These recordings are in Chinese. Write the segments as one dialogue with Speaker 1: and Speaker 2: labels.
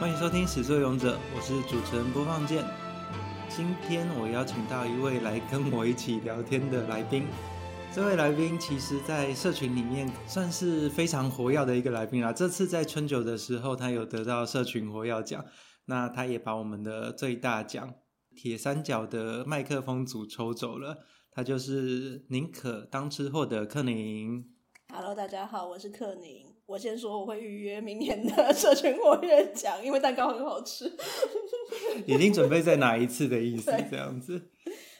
Speaker 1: 欢迎收听《始作俑者》，我是主持人播放键。今天我邀请到一位来跟我一起聊天的来宾，这位来宾其实，在社群里面算是非常活跃的一个来宾啦。这次在春酒的时候，他有得到社群活跃奖，那他也把我们的最大奖铁三角的麦克风组抽走了。他就是宁可当吃货的克宁。
Speaker 2: Hello，大家好，我是克宁。我先说我会预约明年的社群活跃奖，因为蛋糕很好吃。
Speaker 1: 已经准备在哪一次的意思
Speaker 2: 对
Speaker 1: 这样子。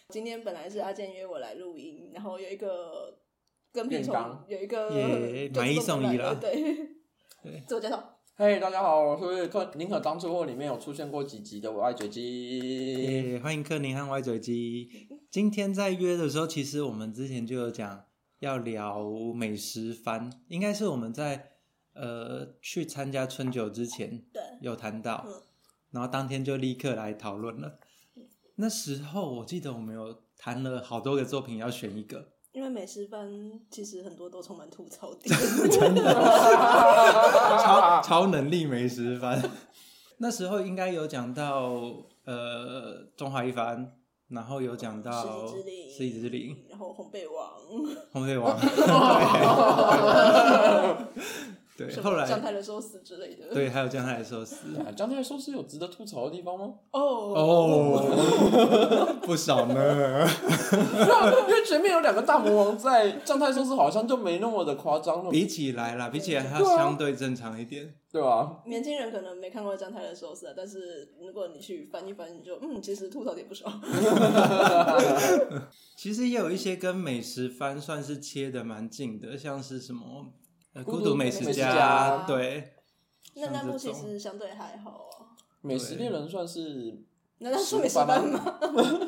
Speaker 2: 今天本来是阿健约我来录音，然后有一个跟屁
Speaker 3: 便
Speaker 2: 虫
Speaker 3: 当
Speaker 2: 有一个
Speaker 1: 耶
Speaker 2: 就
Speaker 1: 买一
Speaker 2: 自
Speaker 1: 送
Speaker 2: 动
Speaker 1: 一
Speaker 2: 来的
Speaker 1: 啦对
Speaker 2: 对，自我介绍。
Speaker 3: 嘿大家好，我是克宁可当吃货里面有出现过几集的我爱嘴鸡。
Speaker 1: 耶欢迎克宁和歪嘴鸡。今天在约的时候，其实我们之前就有讲要聊美食番，应该是我们在呃去参加春酒之前
Speaker 2: 对，
Speaker 1: 有谈到
Speaker 2: 嗯，
Speaker 1: 然后当天就立刻来讨论了。那时候我记得我们有谈了好多个作品，要选一个，
Speaker 2: 因为美食班其实很多都充满吐槽 点。
Speaker 1: 真的嗯
Speaker 2: 啊
Speaker 1: 超超能力美食番。 那时候应该有讲到呃中华一番，然后有讲到
Speaker 2: 失忆之
Speaker 1: 失忆之灵，
Speaker 2: 灵，然后烘焙王，
Speaker 1: 烘 焙王，对， 对
Speaker 2: 什
Speaker 1: 后
Speaker 2: 么酱
Speaker 1: 来
Speaker 2: 太的寿司之类的。
Speaker 1: 对，还有姜太的寿司，
Speaker 3: 啊江太寿司有值得吐槽的地方吗？
Speaker 2: 哦，
Speaker 1: 哦， 不少呢，
Speaker 3: 因为前面有两个大魔王在，江太寿司好像就没那么的夸张了，
Speaker 1: 比起来啦，比起来它
Speaker 3: 对啊
Speaker 1: 相对正常一点，
Speaker 3: 对吧？
Speaker 2: 年轻人可能没看过姜太的寿司啊，但是如果你去翻一翻，你就嗯，其实吐槽点不少。
Speaker 1: 其实也有一些跟美食番算是切的蛮近的，像是什么。呃，孤
Speaker 3: 孤
Speaker 1: 独
Speaker 3: 独
Speaker 1: 美
Speaker 3: 美
Speaker 1: 食
Speaker 3: 食
Speaker 1: 家，
Speaker 2: 家
Speaker 1: 对，
Speaker 2: 那
Speaker 1: 像
Speaker 2: 那
Speaker 1: 这
Speaker 2: 部其
Speaker 1: 种
Speaker 2: 实相对还好啊。
Speaker 3: 美食猎人算是
Speaker 2: 难道是美食班吗？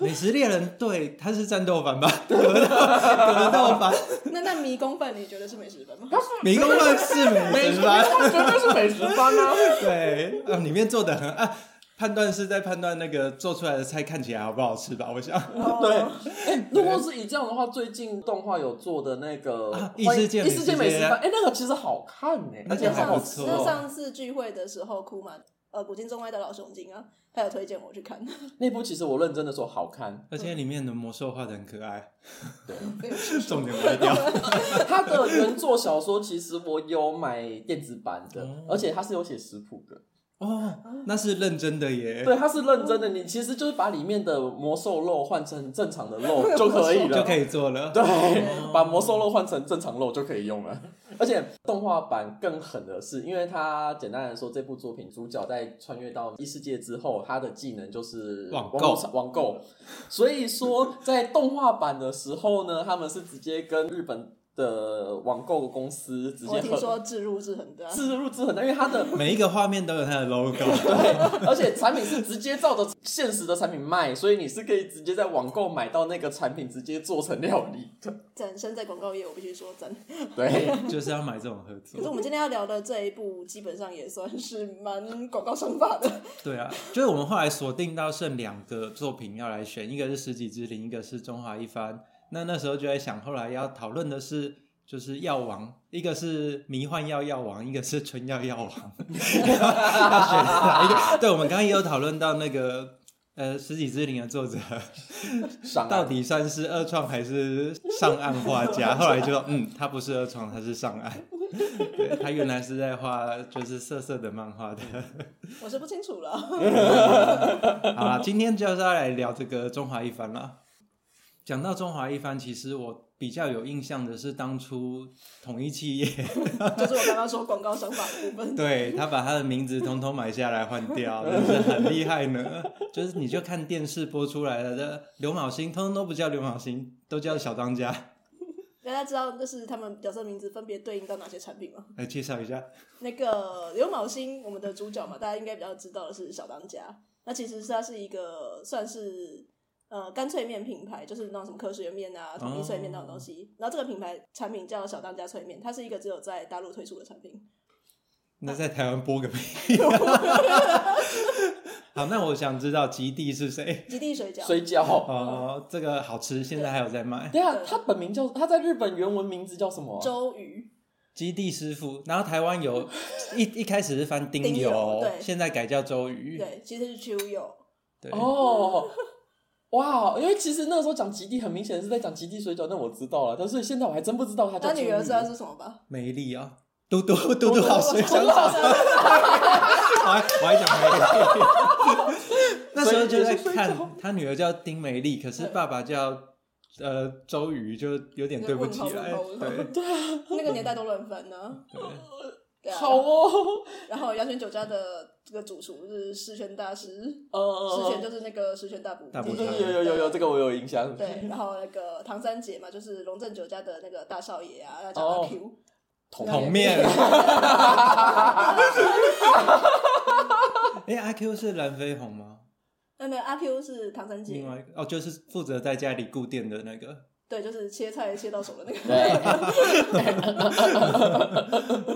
Speaker 1: 美食猎人，对，它是战斗版 吧，格斗格斗 版，
Speaker 2: 那那迷宫饭你觉得是美食班吗？
Speaker 1: 迷宫饭是美
Speaker 3: 美
Speaker 1: 食
Speaker 3: 食
Speaker 1: 番
Speaker 3: 班，，绝对是美食班啊！
Speaker 1: 对，啊，里面做的很啊，判断是在判断那个做出来的菜看起来好不好吃吧，我想。
Speaker 2: 哦
Speaker 3: 对，哎，如果是以这样的话，最近动画有做的那个
Speaker 1: 啊
Speaker 3: 《
Speaker 1: 异世界
Speaker 3: 异世界
Speaker 1: 美
Speaker 3: 美
Speaker 1: 食
Speaker 3: 食
Speaker 1: 街
Speaker 3: 班》，哎，那个其实好看哎，
Speaker 1: 而且
Speaker 3: 那个
Speaker 1: 还
Speaker 3: 好
Speaker 1: 不
Speaker 2: 上
Speaker 1: 错
Speaker 2: 次
Speaker 3: 吃
Speaker 2: 那上次聚会的时候，库玛呃古今中外的老熊精啊，他有推荐我去看，
Speaker 3: 那部其实我认真的说好看，
Speaker 1: 而且里面的魔兽画的很可爱，
Speaker 3: 对。
Speaker 1: 重点歪掉。
Speaker 3: 他的原作小说其实我有买电子版的，
Speaker 1: 哦
Speaker 3: 而且他是有写食谱的，
Speaker 1: 哦，那是认真的耶，
Speaker 3: 对，他是认真的。你其实就是把里面的魔兽肉换成正常的 肉就可以了，
Speaker 1: 就可以哦做了。
Speaker 3: 对，把魔兽肉换成正常肉就可以用了。而且动画版更狠的是，因为它简单来说，这部作品主角在穿越到异世界之后，他的技能就是
Speaker 1: 网购
Speaker 3: 络网购，所以说在动画版的时候呢，他们是直接跟日本的网购公司直
Speaker 2: 我
Speaker 3: 接
Speaker 2: 听
Speaker 3: 合
Speaker 2: 说置入是很大，
Speaker 3: 自入之很大，因为它的
Speaker 1: 每一个画面都有它的 logo，
Speaker 3: 而且产品是直接照着现实的产品卖，所以你是可以直接在网购买到那个产品，直接做成料理的。
Speaker 2: 展身在广告业，我必须说赞。
Speaker 3: 对，
Speaker 1: 就是要买这种合
Speaker 2: 可是我
Speaker 1: 作。
Speaker 2: 们今天要聊的这一部，基本上也算是蛮广告商法的。
Speaker 1: 对啊，就是我们后来锁定到剩两个作品要来选，一个是《十几之灵》，一个是《中华一番》。那那时候就在想，后来要讨论的是。就是药王，一个是迷幻药药王，一个是春药药王， 要选哪一个？对，我们刚刚也有讨论到那个呃《十几之灵》的作者
Speaker 3: 上岸
Speaker 1: 到底算是二创还是上岸画家？后来就说嗯，他不是二创，他是上岸。 对他原来是在画就是色色的漫画的。
Speaker 2: 我是不清楚了。
Speaker 1: 好啦，今天就是要来聊这个中华一番啦。讲到中华一番，其实我比较有印象的是当初统一企业
Speaker 2: 就是我刚刚说广告商法的部分。
Speaker 1: 对他把他的名字统统买下来换掉，真是很厉害呢。 就是你就看电视播出来了的刘昴星，通通都不叫刘昴星，都叫小当家。
Speaker 2: 大家知道就是他们角色名字分别对应到哪些产品吗？
Speaker 1: 来介绍一下，
Speaker 2: 那个刘卯星，我们的主角嘛，大家应该比较知道的是小当家。那其实是它是一个算是呃干脆面品牌，就是那种什么科学面啊、统一脆面那种东西。
Speaker 1: 哦
Speaker 2: 然后这个品牌产品叫小当家脆面，它是一个只有在大陆推出的产品。
Speaker 1: 那在台湾播个屁！ 好，那我想知道极地是谁？
Speaker 2: 极地水饺，
Speaker 3: 水饺。
Speaker 1: 哦，这个好吃，现在还有在卖。
Speaker 3: 对啊，
Speaker 2: 对
Speaker 3: 它本名叫，它在日本原文名字叫什么啊？
Speaker 2: 周瑜，
Speaker 1: 基地师傅，然后台湾有一一开始是翻丁
Speaker 2: 丁
Speaker 1: 油，
Speaker 2: 油对
Speaker 1: 现在改叫周瑜。
Speaker 2: 对，其实是秋友，
Speaker 1: 对
Speaker 3: 哦，哇！因为其实那个时候讲极地，很明显是在讲极地水饺，那我知道了，但是现在我还真不知道它叫
Speaker 2: 那
Speaker 3: 金鱼。
Speaker 2: 女儿知道是什么吧？
Speaker 1: 美丽啊，嘟嘟嘟嘟好水
Speaker 2: 我
Speaker 1: 想
Speaker 2: 我
Speaker 1: 找，
Speaker 2: 我
Speaker 1: 我还我还讲美丽。那时候就在
Speaker 3: 所以就是水
Speaker 1: 看他女儿叫丁美丽，可是爸爸叫呃周瑜，就有点对不起来
Speaker 2: 有点问。号问
Speaker 1: 对
Speaker 2: 号那个年代都乱翻呢。对啊
Speaker 3: 好哦，
Speaker 2: 然后阳泉酒家的这个主厨是石泉大师，石泉
Speaker 3: 呃，
Speaker 2: 就是那个石泉大补
Speaker 1: 大补
Speaker 3: 对
Speaker 1: 丁
Speaker 3: 对
Speaker 1: 汤
Speaker 3: 有有有有，这个我有印象。
Speaker 2: 对，然后那个唐三姐嘛，就是龙正酒家的那个大少爷啊，要叫
Speaker 3: 哦
Speaker 2: 阿 Q，
Speaker 3: 桶
Speaker 1: 桶面。哎、阿 Q 是蓝飞鸿吗？
Speaker 2: 那那阿 Q 是唐三姐
Speaker 1: 另，外一个哦，就是负责在家里顾店的那个。
Speaker 2: 对，就是切菜切到手的 那
Speaker 3: 对，
Speaker 2: 个。
Speaker 3: 哎，哎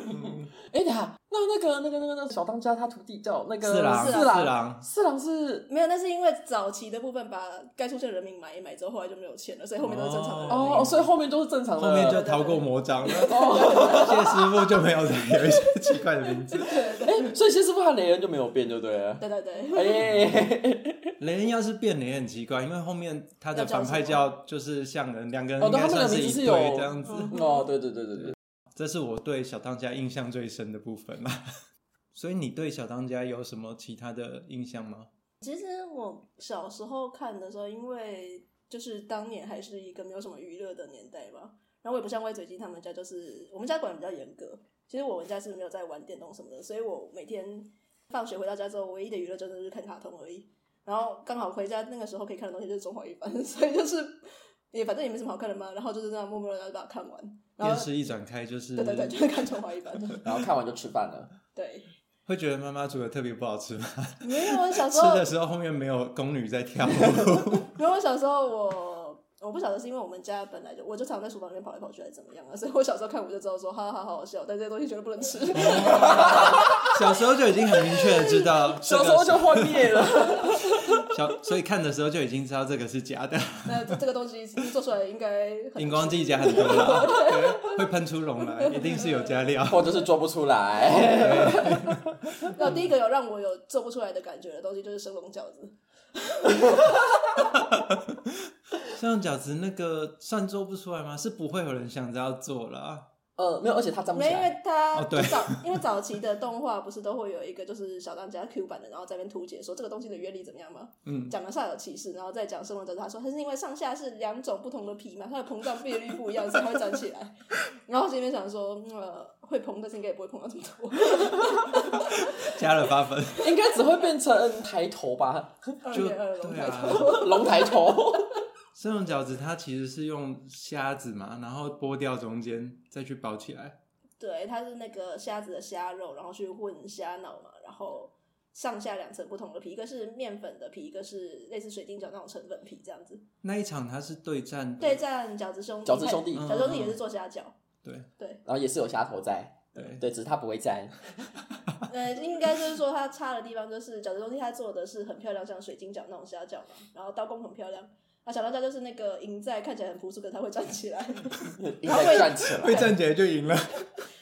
Speaker 3: 等一下，那那个那个那个那个小当家他徒弟叫那个
Speaker 1: 四郎，
Speaker 3: 四
Speaker 1: 四
Speaker 3: 郎，
Speaker 1: 郎，
Speaker 3: 四郎是
Speaker 2: 没有，那是因为早期的部分把该出现人名买一买之后，后来就没有钱了，所以后面都是正常的人名。
Speaker 3: 哦，所以后面就是正常的，
Speaker 1: 后面就逃过魔掌了。谢师傅就没有再有一些奇怪的名字。
Speaker 2: 对对
Speaker 3: 哎，所以谢师傅和雷恩就没有变，就对了。
Speaker 2: 对对对，
Speaker 3: 哎，
Speaker 1: 雷恩要是变脸也很奇怪，因为后面他的反派叫就是像人，两个人
Speaker 3: 哦
Speaker 1: 应
Speaker 3: 对
Speaker 1: 该算
Speaker 3: 他们的
Speaker 1: 一
Speaker 3: 名字
Speaker 1: 对
Speaker 3: 是有
Speaker 1: 这样子。
Speaker 2: 嗯
Speaker 3: 哦，对对对对对，
Speaker 1: 这是我对小当家印象最深的部分啦。 所以你对小当家有什么其他的印象吗？
Speaker 2: 其实我小时候看的时候，因为就是当年还是一个没有什么娱乐的年代吧，然后我也不像歪嘴鸡他们家，就是我们家管得比较严格。其实我们家是没有在玩电动什么的，所以我每天放学回到家之后，唯一的娱乐真的是看卡通而已。然后刚好回家那个时候可以看的东西就是《中华一番》， 所以就是也反正也没什么好看的嘛，然后就是这样默默的把它看完。然
Speaker 1: 电
Speaker 2: 后
Speaker 1: 视一转开就是，
Speaker 2: 对对对，就是看《中华一番》。
Speaker 3: 然后看完就吃饭了。
Speaker 2: 对，
Speaker 1: 会觉得妈妈煮的特别不好吃吗？
Speaker 2: 没有，我小时
Speaker 1: 吃
Speaker 2: 候
Speaker 1: 的时候后面没有宫女在跳舞。
Speaker 2: 因为我小时候我我不晓得是因为我们家本来就我就常在厨房里面跑来跑去还是怎么样啊，所以我小时候看我就知道说哈哈好好笑，但这些东西绝对不能 吃。
Speaker 1: 小时候就已经很明确的知道这
Speaker 3: 小
Speaker 1: 个
Speaker 3: 时
Speaker 1: 是，
Speaker 3: 候就幻灭了。
Speaker 1: 小，所以看的时候就已经知道这个是假的。
Speaker 2: 那这个东西做出来应该很
Speaker 1: 荧光剂加很多啦，对，会喷出龙来，一定是有加料。
Speaker 3: 或者是做不出来。
Speaker 2: 那呃第一个有让我有做不出来的感觉的东西就是生龙饺子，
Speaker 1: 像饺子那个算做不出来吗？是不会有人想着要做啊啦。
Speaker 3: 呃，没有，而且它站不
Speaker 2: 没
Speaker 3: 起
Speaker 2: 有因
Speaker 3: 来。
Speaker 2: 为它
Speaker 1: 哦对
Speaker 2: 早因为早期的动画不是都会有一个就是小当家 Q 版的，然后在那边图解说这个东西的原理怎么样吗？
Speaker 1: 嗯，
Speaker 2: 讲的煞有其事，然后再讲生龙饺子，他说它是因为上下是两种不同的皮嘛，它的膨胀倍率不一样，所以它会长起来。然后我心里面想说，嗯呃，会膨，但是应该也不会膨到这么多。
Speaker 1: 加了八分，
Speaker 3: 应该只会变成嗯抬头吧，
Speaker 2: 二
Speaker 1: 就
Speaker 2: 点二龙
Speaker 1: 对
Speaker 2: 抬
Speaker 1: 啊
Speaker 2: 头，。
Speaker 3: 龙抬头。
Speaker 1: 这种饺子它其实是用虾子嘛，然后剥掉中间再去包起来。
Speaker 2: 对，它是那个虾子的虾肉，然后去混虾脑嘛，然后上下两层不同的皮，一个是面粉的皮，一个是类似水晶饺那种成粉皮这样子。
Speaker 1: 那一场它是对战的，
Speaker 2: 对战饺子兄弟，
Speaker 3: 饺子兄弟
Speaker 2: 饺子兄弟也是做虾饺，
Speaker 1: 嗯对
Speaker 2: 对，
Speaker 3: 然后也是有虾头在，
Speaker 1: 对
Speaker 3: 对，只是它不会粘。
Speaker 2: 呃，应该就是说它差的地方就是饺子兄弟它做的是很漂亮，像水晶饺那种虾饺嘛，然后刀工很漂亮。啊，小当家就是那个赢在看起来很朴素，可是它会站起来。
Speaker 3: 应该站起来。
Speaker 1: 对战姐就赢了。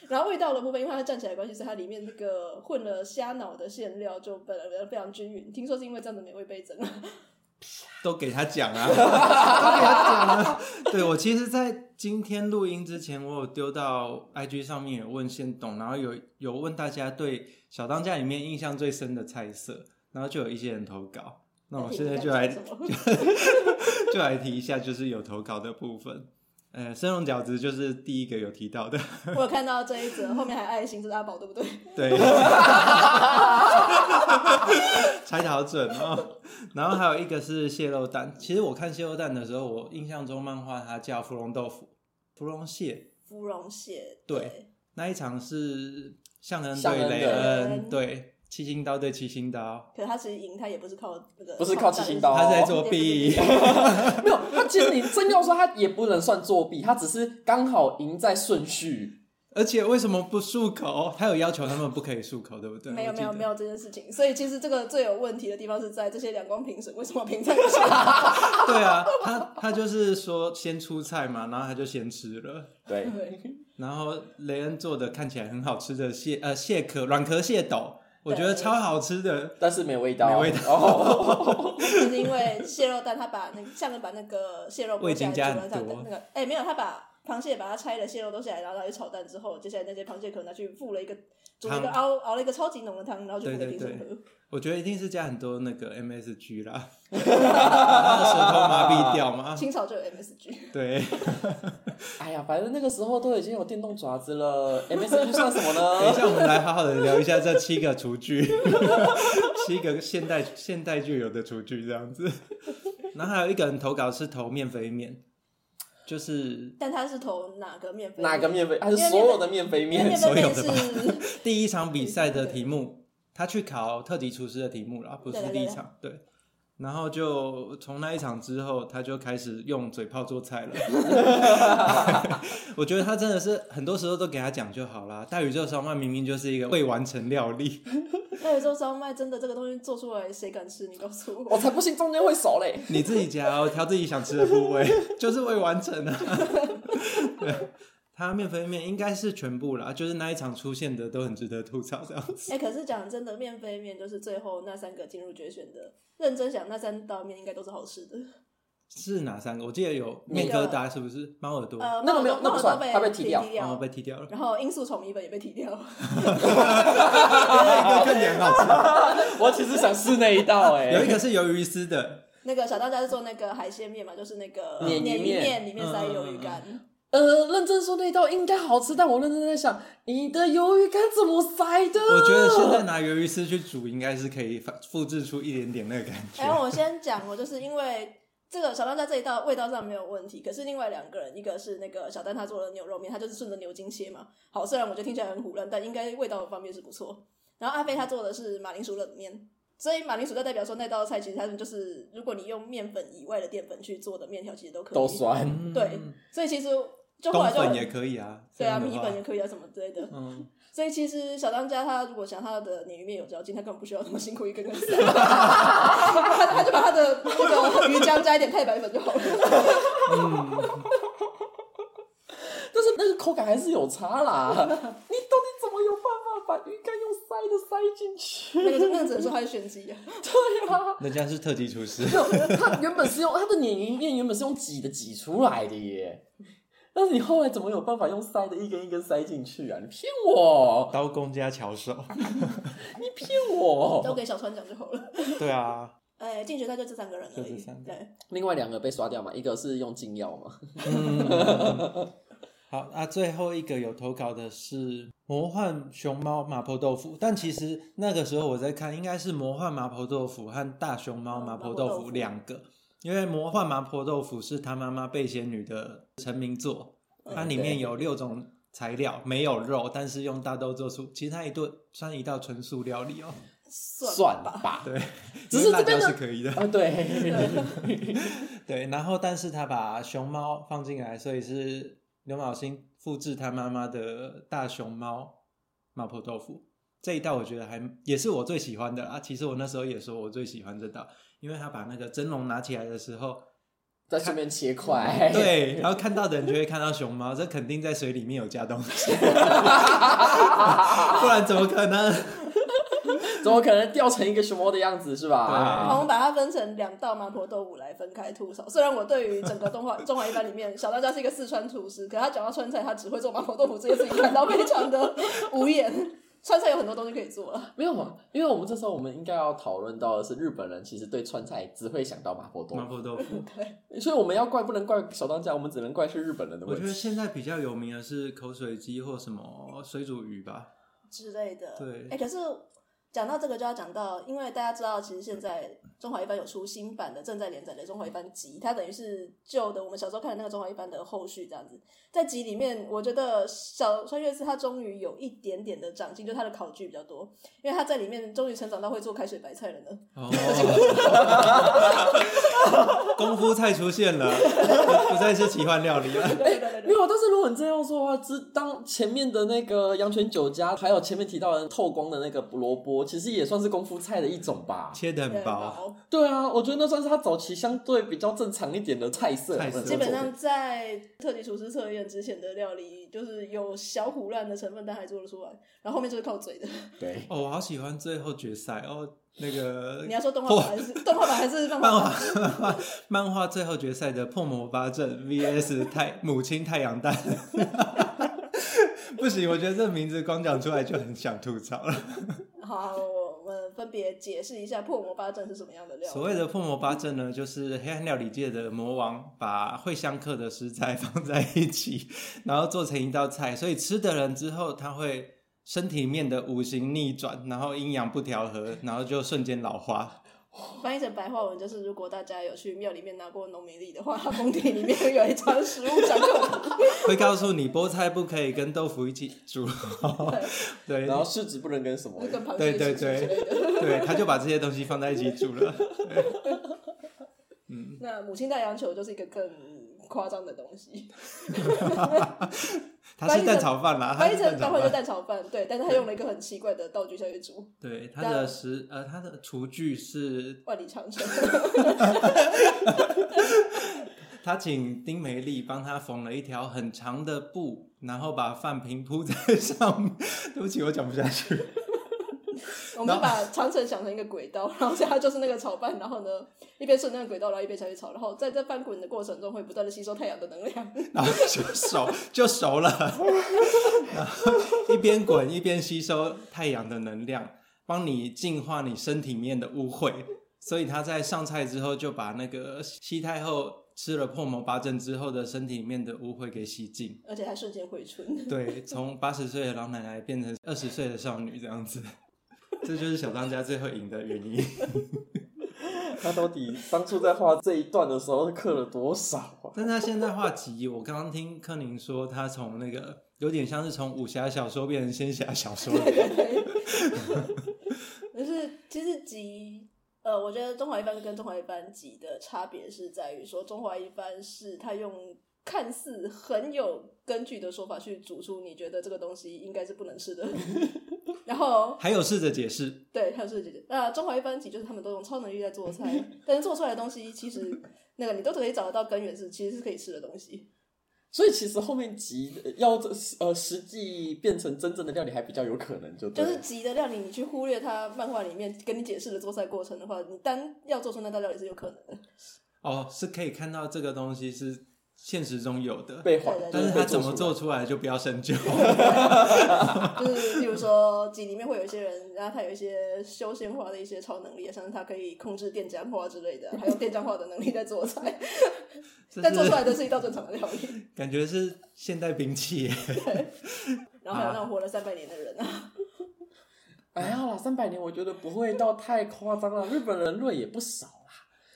Speaker 2: 然后味道的部分，因为它站起来的关系，所以它里面那个混了虾脑的馅料就本来非常均匀。听说是因为这样的美味倍 增。啊
Speaker 1: 都给他讲啊，都 给他讲啊。对我其实，在今天录音之前，我有丢到 IG 上面有问线董，然后有有问大家对小当家里面印象最深的菜色，然后就有一些人投稿。那我现在就来
Speaker 2: 那 你们
Speaker 1: 就来提一下，就是有投稿的部分。呃，生龙饺子就是第一个有提到的，
Speaker 2: 我有看到这一则，后面还爱心，这是阿宝对不对？
Speaker 1: 对，猜的好准哦。然后还有一个是蟹肉蛋，其实我看蟹肉蛋的时候，我印象中漫画它叫芙蓉豆腐、芙蓉蟹
Speaker 2: 芙蓉蟹，
Speaker 1: 对那一场是象征
Speaker 3: 象
Speaker 1: 对
Speaker 3: 征
Speaker 1: 雷
Speaker 3: 对
Speaker 1: 恩，对七星刀对七星刀，
Speaker 2: 可是他其实赢，他也不是靠那个，
Speaker 3: 不是靠七星刀哦
Speaker 1: 他是在
Speaker 2: 也
Speaker 1: 作
Speaker 2: 不是
Speaker 1: 弊。
Speaker 3: 没有，它其实你真要说它也不能算作弊，它只是刚好赢在顺序。
Speaker 1: 而且为什么不漱口？他有要求他们不可以漱口，对不对？
Speaker 2: 没有没有没
Speaker 1: 有，
Speaker 2: 有这件事情，所以其实这个最有问题的地方是在这些两光评审为什么评在一起？
Speaker 1: 对啊，他他就是说先出菜嘛，然后他就先吃了。
Speaker 3: 对，
Speaker 2: 对，
Speaker 1: 然后雷恩做的看起来很好吃的蟹呃蟹壳软壳蟹斗，我觉得
Speaker 2: 对
Speaker 1: 超好吃的。
Speaker 3: 但是没味道，
Speaker 1: 没味道
Speaker 3: 哦
Speaker 2: 就是因为蟹肉蛋他把那个下面把那个蟹肉剥
Speaker 1: 味
Speaker 2: 下
Speaker 1: 精加
Speaker 2: 来煮了
Speaker 1: 很
Speaker 2: 它
Speaker 1: 多
Speaker 2: 那个哎、没有，他把螃蟹把它拆了，蟹肉都下来，然后拿去炒蛋之后，接下来那些螃蟹壳拿去附了一个煮了一个
Speaker 1: 汤
Speaker 2: 熬熬了一个超级浓的汤，然后就不给
Speaker 1: 对
Speaker 2: 评
Speaker 1: 啊对
Speaker 2: 审喝。
Speaker 1: 我觉得一定是加很多那个 MSG 啦，把他的舌头麻痹掉嘛。
Speaker 2: 清朝就有 MSG，
Speaker 1: 对，
Speaker 3: 哎呀，反正那个时候都已经有电动爪子了，MSG 算什么
Speaker 1: 等一
Speaker 3: 呢？
Speaker 1: 下我们来好好的聊一下这七个厨具， 七个现代现代就有的厨具这样子。然后还有一个人投稿是投面飞面，就是
Speaker 2: 但他是投哪个面粉？
Speaker 3: 哪个？面飞？还是所有啊的面飞
Speaker 2: 因为
Speaker 3: 面
Speaker 2: 面？
Speaker 1: 所
Speaker 2: 粉
Speaker 1: 有
Speaker 2: 面
Speaker 1: 的
Speaker 2: 是
Speaker 1: 吧第一场比赛的题目，他去考特级厨师的题目了，不是
Speaker 2: 对对
Speaker 1: 第一
Speaker 2: 对
Speaker 1: 场，对。然后就从那一场之后，他就开始用嘴炮做 菜了。 我觉得他真的是很多时候都给他讲就好啦。大宇宙烧麦明明就是一个未完成料理，
Speaker 2: 那有时候烧麦真的这个东西做出来谁敢吃？你告诉我。
Speaker 3: 我才不信中间会熟 嘞！
Speaker 1: 你自己夹、哦，挑自己想吃的部 位，就是未完成啊。 对，他面粉面应该是全部啦，就是那一场出现的都很值得吐槽这样子。
Speaker 2: 哎、可是讲真的，面飞面就是最后那三个进入决选的。认真想，那三道面应该都是好吃的。
Speaker 1: 是哪三个？我记得有
Speaker 3: 那
Speaker 1: 面
Speaker 2: 个
Speaker 1: 疙瘩，是不是？猫耳朵，
Speaker 2: 呃，
Speaker 3: 那个没有那
Speaker 2: 猫
Speaker 3: 不
Speaker 2: 耳
Speaker 3: 算
Speaker 2: 朵被
Speaker 3: 它被踢
Speaker 2: 踢
Speaker 3: 掉
Speaker 1: 哦，被踢掉 了。
Speaker 2: 然后罂粟虫米粉也被踢掉，
Speaker 1: 那个看起来很好
Speaker 3: 我其实想试那一道 哎、
Speaker 1: 吃。有一欸个是鱿鱼丝的，
Speaker 2: 那个小当家是做那个海鲜面嘛，就是那个
Speaker 3: 鲶鱼
Speaker 2: 鲶
Speaker 3: 面
Speaker 2: 鱼面里面塞
Speaker 1: 嗯
Speaker 2: 鱿鱼干，
Speaker 3: 呃，认真说那一道应该好吃，但我认真在想，你的鱿鱼干怎么塞的？
Speaker 1: 我觉得现在拿鱿鱼丝去煮，应该是可以反复制出一点点那个感
Speaker 2: 哎、
Speaker 1: 觉。
Speaker 2: 我先讲，我就是因为这个小当家这一道味道上没有问题，可是另外两个人，一个是那个小丹他做的牛肉面，他就是顺着牛筋切嘛。好，虽然我觉得听起来很胡乱，但应该味道方面是不错。然后阿飞他做的是马铃薯冷面，所以马铃薯就代表说那道菜其实他们就是，如果你用面粉以外的淀粉去做的面条，其实都可以。
Speaker 3: 都酸，
Speaker 1: 嗯
Speaker 2: 对，所以其实就后
Speaker 1: 冬
Speaker 2: 来就
Speaker 1: 粉也可以啊。
Speaker 2: 对啊，
Speaker 1: 这样
Speaker 2: 米
Speaker 1: 的话
Speaker 2: 粉也可以啊，什么之类的。
Speaker 1: 嗯，
Speaker 2: 所以其实小当家他如果想他的鲶鱼面有嚼劲，他根本不需要那么辛苦一 根根撕，他他就把他的 那个鱼浆加一点太白粉就好了。
Speaker 3: 但是那个口感还是有 差啦。你到底怎么有办法把鱼干用塞的塞进去？
Speaker 2: 那个那个只能说他是炫技啊，
Speaker 3: 对啊，
Speaker 1: 人家是特级厨师，
Speaker 3: 没有，它原本是用它的鲶鱼面原本是用挤的挤出来的耶。但是你后来怎么有办法用塞的一根一根塞进去啊？你骗我！
Speaker 1: 刀工加巧 手。
Speaker 3: 你骗我！
Speaker 2: 交给小川讲就好了。
Speaker 1: 对啊，
Speaker 2: 哎，进决赛就这三个人而
Speaker 1: 就这
Speaker 2: 已
Speaker 1: 三。个
Speaker 2: 对，
Speaker 3: 另外两个被刷掉嘛，一个是用禁药嘛，
Speaker 1: 好啊，最后一个有投稿的是魔幻熊猫麻婆豆腐，但其实那个时候我在看，应该是魔幻麻婆豆腐和大熊猫麻婆豆
Speaker 2: 麻婆
Speaker 1: 腐
Speaker 2: 豆腐
Speaker 1: 两个，因为魔幻麻婆豆腐是他妈妈贝仙女的成名作，
Speaker 2: 嗯
Speaker 1: 它里面有六种材料，没有肉，但是用大豆做出，其实它一顿算一道纯素料理哦。
Speaker 3: 算
Speaker 2: 吧。
Speaker 3: 吧。
Speaker 1: 对，
Speaker 3: 只是
Speaker 1: 因为辣
Speaker 3: 这边
Speaker 1: 椒
Speaker 3: 的
Speaker 1: 是可以的。
Speaker 3: 啊，对，
Speaker 1: 对，然后但是他把熊猫放进来，所以是刘昴星复制他妈妈的大熊猫麻婆豆腐这一道，我觉得还也是我最喜欢的啦。其实我那时候也说我最喜欢这道，因为他把那个蒸笼拿起来的时候，
Speaker 3: 再顺便切块。
Speaker 1: 对，然后看到的人就会看到熊猫，这肯定在水里面有加东 西，不然怎么可能？
Speaker 3: 怎么可能掉成一个熊猫的样子是
Speaker 1: 对啊
Speaker 2: 好，
Speaker 3: 吧？
Speaker 2: 我们把它分成两道麻婆豆腐来分开吐槽。虽然我对于整个动画《中华一番》里面，小当家是一个四川厨师，可他讲到川菜，他只会做麻婆豆腐这件事情，感到非常的无言。川菜有很多东西可以做啊，
Speaker 3: 没有嘛，因为我们这时候我们应该要讨论到的是日本人其实对川菜只会想到麻婆豆
Speaker 1: 麻婆豆腐，
Speaker 3: 腐，所以我们要怪不能怪小当家，我们只能怪是日本人的
Speaker 1: 我
Speaker 3: 问
Speaker 1: 觉得
Speaker 3: 题。
Speaker 1: 现在比较有名的是口水鸡或什么水煮鱼 吧。
Speaker 2: 之类的。
Speaker 1: 对
Speaker 2: 哎、可是讲到这个就要讲到，因为大家知道，其实现在中华一番有出新版的正在连载的《中华一番集》，它等于是旧的我们小时候看的那个《中华一番》的后续这样子。在集里面，我觉得小川月司他终于有一点点的长进，就他的考据比较多，因为他在里面终于成长到会做开水白菜了呢。
Speaker 1: 哦， 功夫菜出现了，不再是奇幻料理了。
Speaker 2: 对对对
Speaker 3: 没有，但是如果你这样说的话，之当前面的那个阳泉酒家，还有前面提到的透光的那个萝卜，其实也算是功夫菜的一种吧。
Speaker 1: 切得很薄，，
Speaker 3: 对啊，我觉得那算是他早期相对比较正常一点的菜色。
Speaker 1: 菜色
Speaker 3: 我们
Speaker 2: 基本
Speaker 3: 这么
Speaker 2: 上在特级厨师测验之前的料理，就是有小胡乱的成分，但还做得出来。然后后面就是靠嘴的。
Speaker 3: 说对，
Speaker 1: 哦，我好喜欢最后决赛哦，那个
Speaker 2: 你要说动画版还是动画版还是漫
Speaker 1: 漫
Speaker 2: 画
Speaker 1: 画
Speaker 2: 版？
Speaker 1: 漫画 漫画最后决赛的破魔八阵 VS 太母亲太阳蛋。 不行，我觉得这名字光讲出来就很想吐槽了。
Speaker 2: 好，我们分别解释一下破魔八阵是什么样的料理。
Speaker 1: 所谓的破魔八阵呢，就是黑暗料理界的魔王把会相克的食材 放在一起，然后做成一道菜，所以吃的人之后他会身体面的五行逆转，然后阴阳不调和，然后就瞬间老化。
Speaker 2: 翻译成白话文就是，如果大家有去庙里面拿过农民历的话， 宫廷里面有一张食物掌控。
Speaker 1: 会告诉你菠菜不可以跟豆腐一起煮，对，
Speaker 3: 然后市值不能跟 什么
Speaker 2: 那个螃蟹
Speaker 1: 对对
Speaker 2: 是什么之类的
Speaker 1: 对，他就把这些东西放在一起煮了。嗯
Speaker 2: 那母亲大洋球就是一个更夸张的东西，
Speaker 1: 他是蛋炒饭啦，他
Speaker 2: 翻译
Speaker 1: 啊是蛋
Speaker 2: 成白
Speaker 1: 炒
Speaker 2: 话就
Speaker 1: 饭。
Speaker 2: 蛋炒饭，对，但是他用了一个很奇怪的道具下去煮，
Speaker 1: 对，他的食呃，他的厨具是
Speaker 2: 万里长城。
Speaker 1: 他请丁梅丽帮他缝了一条很长的布，然后把饭平铺在上面。对不起，我讲不下去。
Speaker 2: 我们就把长城想成一个轨道，然后所以它就是那个炒饭，然后呢一边顺那个轨道，然后一边下去炒，然后在这翻滚的过程中会不断的吸收太阳的能量。
Speaker 1: 然后就熟就熟了， 然后一边滚一边吸收太阳的能量，帮你净化你身体里面的污秽。所以他在上菜之后就把那个西太后吃了破魔八阵之后的身体里面的污秽给洗净。
Speaker 2: 而且还瞬间 回 春。
Speaker 1: 对，从八十岁的老奶奶变成二十岁的少女这样子，这就是小当家最后赢的原因。
Speaker 3: 他到底当初在画这一段的时候刻了多少啊？
Speaker 1: 但他现在画集，我刚刚听柯宁说他从那个有点像是从武侠小说变成仙侠小说了。
Speaker 2: 就是其实集，呃，我觉得中华一番跟中华一番集的差别是在于说，中华一番是它用看似很有根据的说法去煮出你觉得这个东西应该是不能吃的， 然后
Speaker 1: 还有试着解释，
Speaker 2: 对，还有是姐姐。那中华一番集就是他们都用超能力在做菜，但是做出来的东西其实那个你都可以找得到根源是其实是可以吃的东西。
Speaker 3: 所以其实后面集呃要这呃实际变成真正的料理还比较有可能就，对
Speaker 2: 就
Speaker 3: 了。
Speaker 2: 是集的料理，你去忽略它漫画里面跟你解释的做菜过程的话，你单要做出那道料理是有可能的。
Speaker 1: 哦，是可以看到这个东西是现实中有的，
Speaker 3: 被还
Speaker 2: 对对，
Speaker 1: 但
Speaker 3: 就是是
Speaker 1: 它
Speaker 3: 被
Speaker 1: 怎么
Speaker 3: 出来
Speaker 1: 做出来就不要深究。
Speaker 2: 就是例如说，集里面会有一些人，然后他有一些修仙化的一些超能力，像是他可以控制电浆化之类的，还有电浆化的能力在做菜，
Speaker 1: 这
Speaker 2: 但做出
Speaker 1: 是
Speaker 2: 来的是一道正常的料理。
Speaker 1: 感觉是现代兵器耶，
Speaker 2: 然后还有那种活了三百年的人啊，
Speaker 3: 哎呀啦，三百年我觉得不会到太夸张了，日本人瑞也不少啦。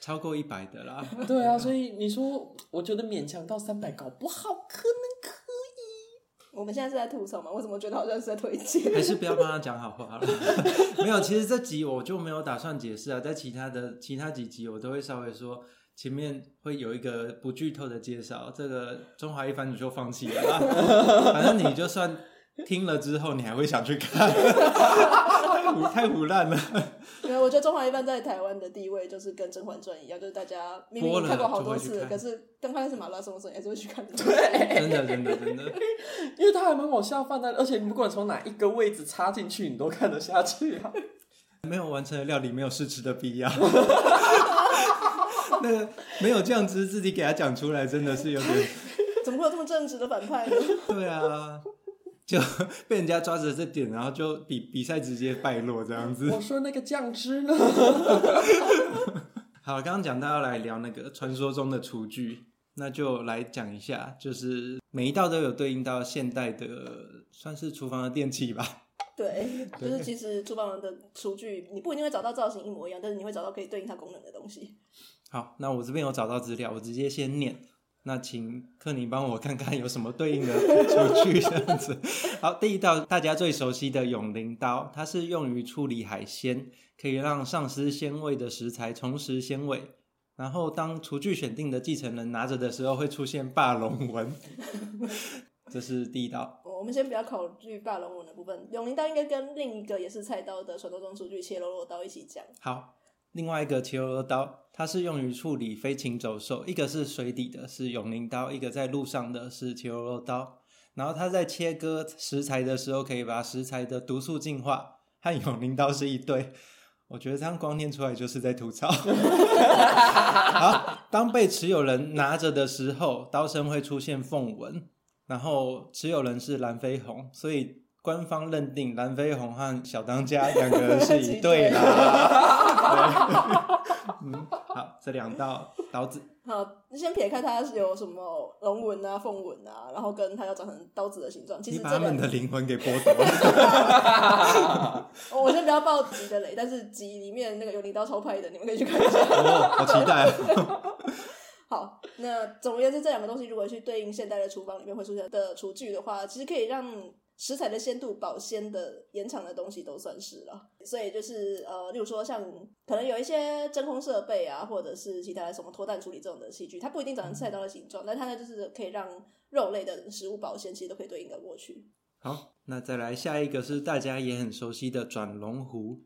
Speaker 1: 超过一百的啦。
Speaker 3: 对啊，所以你说，我觉得勉强到三百，搞不好可能可以。
Speaker 2: 我们现在是在吐槽吗？我怎么觉得好像是在推荐？
Speaker 1: 还是不要帮他讲好话了。 没有，其实这集我就没有打算解释啊，在其他的其他几集我都会稍微说，前面会有一个不剧透的介绍。这个中华一番你就放弃了啦， 反正你就算听了之后，你还会想去看， 太胡太胡烂了。
Speaker 2: 对，啊我觉得《中华一番》在台湾的地位就是跟《甄嬛传》一样，就是大家明
Speaker 1: 播
Speaker 2: 明
Speaker 1: 了
Speaker 2: 看过好
Speaker 1: 就
Speaker 2: 多
Speaker 1: 会去
Speaker 2: 次了，
Speaker 1: 看
Speaker 2: 可是刚开始马拉松的时候，你还是会去看的。
Speaker 3: 对，
Speaker 1: 真的真的真的，
Speaker 3: 因为它还蛮往下放的，而且你不管从哪一个位置插进去，你都看得下去啊。
Speaker 1: 没有完成的料理没有试吃的必要。那个没有酱汁，自己给他讲出来，真的是有点
Speaker 2: 怎么会有这么正直的 反派呢？
Speaker 1: 对啊，就 被人家抓着这点，然后就比比赛直接败落这样子
Speaker 3: 我。说那个酱汁呢？
Speaker 1: 好，刚刚讲到要来聊那个传说中的厨具，那就来讲一下，就是每一道都有对应到现代的，算是厨房的电器吧。
Speaker 2: 对，就是其实厨房的厨具，你不一定会找到造型一模一样，但是你会找到可以对应它功能的东西。
Speaker 1: 好，那我这边有找到资料，我直接先念。那请克宁帮我看看有什么对应的厨具这样子。好，第一道大家最熟悉的永灵刀，它是用于处理海鲜，可以让丧失鲜味的食材重拾鲜味。然后当厨具选定的继承人拿着的时候，会出现霸龙纹， 这是第一道。
Speaker 2: 我我们先不要考虑霸龙纹的部分，永宁刀应该跟另一个也是菜刀的传说中厨具切肉肉刀一起讲。
Speaker 1: 好，另外一个切肉刀，它是用于处理飞禽走兽，一个是水底的，是永宁刀；一个在路上的是切肉肉刀。然后它在切割食材的时候，可以把食材的毒素净化， 和永宁刀是一对。我觉得这样光念出来就是在吐槽。 好，当被持有人拿着的时候，刀身会出现凤纹，然后持有人是蓝飞鸿，所以官方认定蓝飞鸿和小当家两个人是一对
Speaker 2: 是一
Speaker 1: 啦。对嗯，好，这两道刀子，
Speaker 2: 好，先撇开它是有什么龙纹啊、凤纹啊，然后跟它要长成刀子的形状，其
Speaker 1: 你
Speaker 2: 实
Speaker 1: 把
Speaker 2: 这
Speaker 1: 他们
Speaker 2: 个
Speaker 1: 的灵魂给剥夺了。
Speaker 2: 哦我我先不要爆吉的雷，但是吉里面那个有领刀超拍的，你们可以去看一下。
Speaker 1: 哦，好期待哦！
Speaker 2: 好，那总而言之，这两个东西如果去对应现代的厨房里面会出现的厨具的话，其实可以让食材的鲜度、保鲜的延长的东西都算是了。所以就是呃，例如说像可能有一些真空设备啊，或者是其他的什么脱蛋处理这种的器具，它不一定长成菜刀的形状，但它呢就是可以让肉类的食物保鲜，其实都可以对应的过去。
Speaker 1: 好，那再来下一个是大家也很熟悉的转龙壶。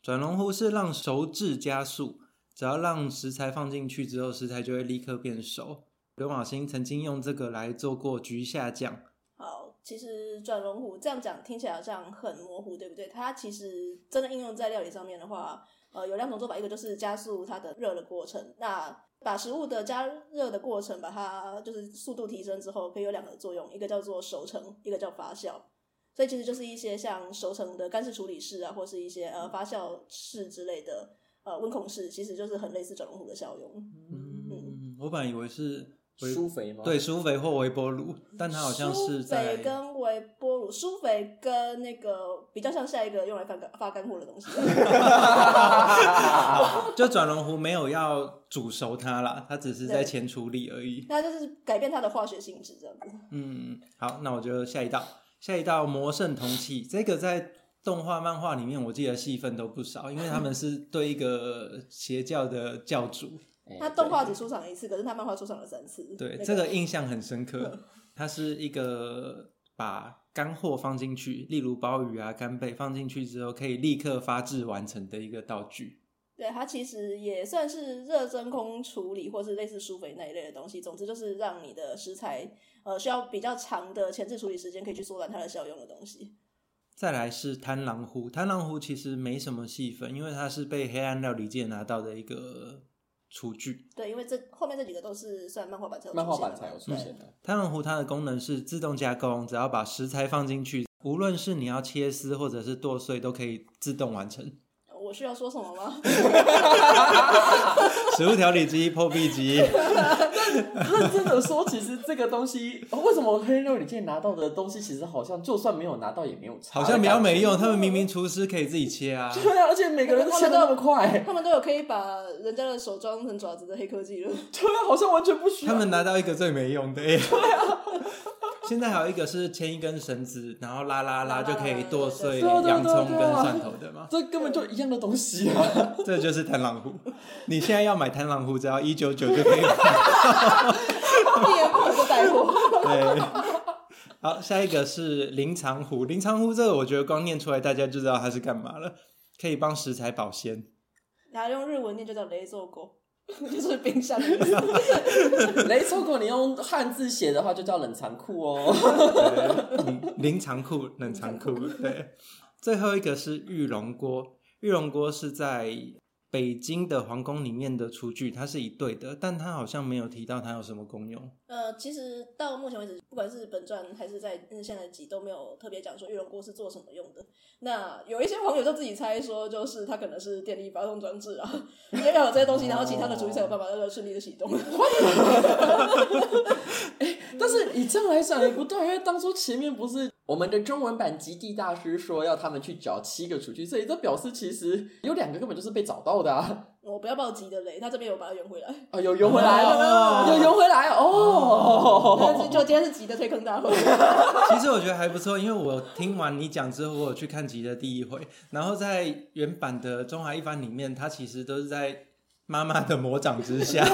Speaker 1: 转龙壶是让熟制加速，只要让食材放进去之后，食材就会立刻变熟。刘马星曾经用这个来做过菊下酱，
Speaker 2: 好，其实转龙虎这样讲听起来好像很模糊，对不对？它其实真的应用在料理上面的话，呃，有两种做法，一个就是加速它的热的过程，那把食物的加热的过程，把它就是速度提升之后，可以有两个作用，一个叫做熟成，一个叫发酵。所以其实就是一些像熟成的干式处理室啊，或是一些呃发酵室之类的呃温控室，其实就是很类似转龙虎的效用。
Speaker 1: 嗯，我本来以为是微
Speaker 3: 舒肥吗？
Speaker 1: 对 苏肥或微波炉，但它好像是
Speaker 2: 苏肥
Speaker 1: 在
Speaker 2: 跟微波炉，苏肥跟那个比较像下一个用来发干发干货的东 西。
Speaker 1: 就转龙壶没有要煮熟它啦，它只是在
Speaker 2: 对
Speaker 1: 前处理而已。
Speaker 2: 那就是改变它的化学性质这样子。
Speaker 1: 嗯，好，那我就下一道，下一道魔圣铜器，这个在动画、漫画里面，我记得戏份都不少，因为他们是对一个邪教的教主，
Speaker 3: 哎，
Speaker 2: 它动画只出场一次，可是它漫画出场了三次。
Speaker 1: 对
Speaker 2: 那
Speaker 1: 这个印象很深刻。它是一个把干货放进去，例如鲍鱼啊、干贝放进去之后，可以立刻发制完成的一个道具。
Speaker 2: 对它其实也算是热真空处理，或是类似苏肥那一类的东西。总之就是让你的食材呃需要比较长的前置处理时间，可以去缩短它的效用的东西。
Speaker 1: 再来是贪狼壶，贪狼壶其实没什么戏份，因为它是被黑暗料理界拿到的一个厨具。
Speaker 2: 对，因为这后面这几个都是算漫画版才有
Speaker 3: 漫画
Speaker 2: 出现
Speaker 3: 版
Speaker 2: 的
Speaker 3: 才
Speaker 2: 嘛
Speaker 3: 有出
Speaker 2: 对
Speaker 3: 现的。
Speaker 1: 贪狼壶它的功能是自动加工，只要把食材放进去，无论是你要切丝或者是剁碎，都可以自动完成。
Speaker 2: 我需要说什 么吗？
Speaker 1: 食物调理机、 破壁机，
Speaker 3: 认真的说，其实这个东西，哦为什么黑六里面拿到的东西，其实好像就算没有拿到也没有差，
Speaker 1: 好像比较没用。
Speaker 3: 感觉。
Speaker 1: 他们明明厨师可以自己切 啊。
Speaker 3: 对啊，而且每个人切的那么快，
Speaker 2: 他们都有可以把人家的手装成爪子的黑科技了。
Speaker 3: 对啊，好像完全不需要。
Speaker 1: 他们拿到一个最没用的。 现在还有一个是牵一根绳子，然后拉拉拉
Speaker 2: 拉拉
Speaker 1: 就可以剁碎
Speaker 2: 对
Speaker 3: 对对
Speaker 1: 洋葱
Speaker 3: 对
Speaker 1: 跟
Speaker 3: 对
Speaker 1: 蒜头的嘛。
Speaker 3: 这根本就一样的东西啊！
Speaker 1: 这就是贪狼壶。你现在要买贪狼壶，只要一九九就可以买。
Speaker 2: 一言不合就带货。
Speaker 1: 对，好，下一个是林长湖。林长湖这个，我觉得光念出来大家就知道它是干嘛了，可以帮食材保鲜。
Speaker 2: 然后用日文念就叫雷做狗， 就是冰箱的意思。
Speaker 3: 雷错过你用汉字写的话，就叫冷藏库哦。
Speaker 1: 对 林林长库、冷藏库。对，最后一个是玉龙锅。玉龙锅是在北京的皇宫里面的厨具，它是一对的，但它好像没有提到它有什么功用。
Speaker 2: 呃，其实到目前为止，不管是本传还是在嗯现在的集，都没有特别讲说玉龙锅是做什么用的。那有一些网友就自己猜说，就是它可能是电力发动装置啊，因为要有这些东西，然后其他的厨艺才有办法呃顺利的启动。
Speaker 3: 但是你这样来讲也不对，因为当初前面不是我们的中文版极地大师说要他们去找七个厨具，所以这表示其实有两个根本就是被找到的啊！
Speaker 2: 我不要暴击的雷，他这边有把它圆回来。
Speaker 3: 啊，有游回来了，
Speaker 1: 哦
Speaker 3: 有游回来
Speaker 2: 但
Speaker 3: 哦
Speaker 2: 是。 就今天是集的推坑大会，
Speaker 1: 其实我觉得还不错，因为我听完你讲之后，我有去看集的第一回，然后在原版的《中华一番》里面，它其实都是在妈妈的魔掌之 下，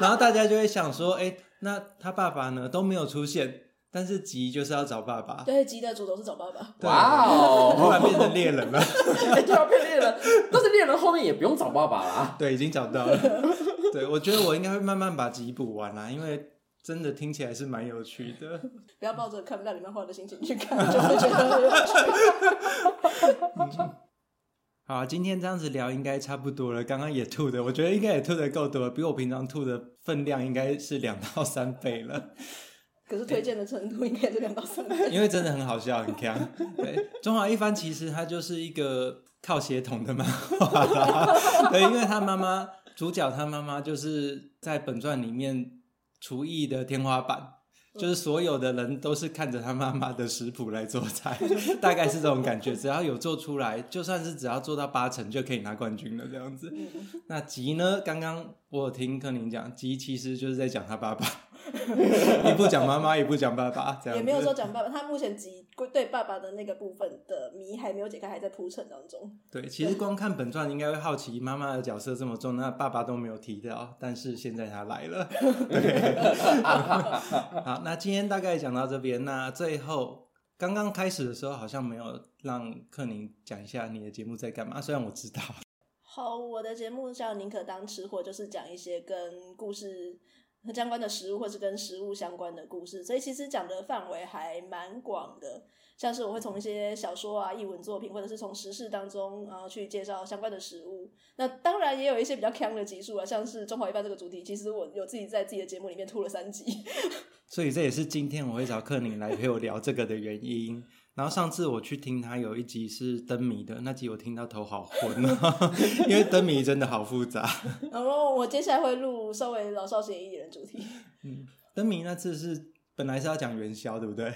Speaker 1: 然后大家就会想说，哎、那他爸爸呢都没有出现，但是急就是要找爸爸，
Speaker 2: 对，急的主轴是找爸爸，
Speaker 1: 对
Speaker 3: 哇哦，
Speaker 1: 突然变成猎人了，
Speaker 3: 哎对啊，变猎人，但是猎人后面也不用找爸爸 啦。
Speaker 1: 对，已经找到了，对我觉得我应该会慢慢把集补完啦、因为真的听起来是蛮有趣的，
Speaker 2: 不要抱着看不到里面画的心情去看，就会觉得很 有趣。
Speaker 1: 好、啊，今天这样子聊应该差不多了。刚刚也吐的，我觉得应该也吐的够多了，比我平常吐的分量应该是两到三倍了。
Speaker 2: 可是推荐的程度应该是两到三倍。
Speaker 1: 因为真的很好笑，很强。对，《中华一番》其实它就是一个靠血统的漫画啦。 对，因为他妈妈主角他妈妈就是在本传里面厨艺的天花板。就是所有的人都是看着他妈妈的食谱来做菜， 大概是这种感觉。只要有做出来，就算是只要做到八成，就可以拿冠军了这样子。那吉呢？刚刚我有听克林讲，吉其实就是在讲他 爸爸，一不讲妈妈，一不讲爸爸，这样子
Speaker 2: 也没有说讲爸爸，他目前急对爸爸的那个部分的谜还没有解开，还在铺陈当中。
Speaker 1: 对，其实光看本传应该会好奇妈妈的角色这么重，那爸爸都没有提到，但是现在他来了。对， 好，那今天大概讲到这边，那最后刚刚开始的时候好像没有让克宁讲一下你的节目在干嘛，虽然我知道，
Speaker 2: 好，我的节目叫《宁可当吃货》，就是讲一些跟故事相关的食物，或是跟食物相关的故事，所以其实讲的范围还蛮广的。像是我会从一些小说啊、译文作品，或者是从时事当中，然后去介绍相关的食物。那当然也有一些比较强的集数啊，像是《中华一番》这个主题，其实我有自己在自己的节目里面吐了三集。
Speaker 1: 所以这也是今天我会找克宁来陪我聊这个的原因。 然后上次我去听他有一集是灯谜的，那集我听到头好昏啊， 因为灯谜真的好复杂。
Speaker 2: 然后我接下来会录稍微老少咸宜一点的主题。
Speaker 1: 灯谜那次是本来是要讲元宵，对不对？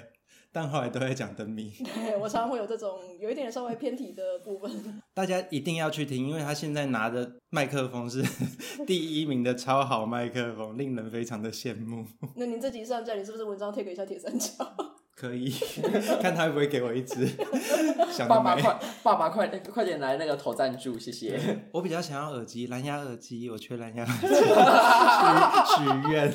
Speaker 1: 但后来都在讲灯谜。
Speaker 2: 对我常常会有这种有一点稍微偏题的部分。
Speaker 1: 大家一定要去听，因为他现在拿的麦克风是 第一名的超好麦克风，令人非常的羡慕。
Speaker 2: 那您这集上架，你是不是文章推给一下铁三角？
Speaker 1: 可以 看他会不会给我一支， 想
Speaker 3: 爸
Speaker 1: 得
Speaker 3: 爸
Speaker 1: 美。
Speaker 3: 快，爸爸快，快点来那个投赞助，谢谢。
Speaker 1: 我比较想要耳机，蓝牙耳机， 我缺蓝牙耳机，许许愿。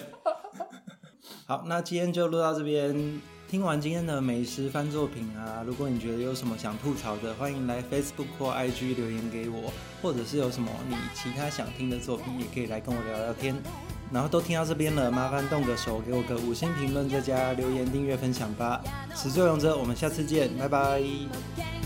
Speaker 1: 好，那今天就录到这边。听完今天的美食番作品啊，如果你觉得有什么想吐槽的，欢迎来 Facebook 或 IG 留言给我，或者是有什么你其他想听的作品，也可以来跟我聊聊天。然后都听到这边了，麻烦动个手，给我个五星评论，再加留言、订阅、分享吧。始作俑者，我们下次见，拜
Speaker 4: 「
Speaker 1: 拜。
Speaker 4: キャラ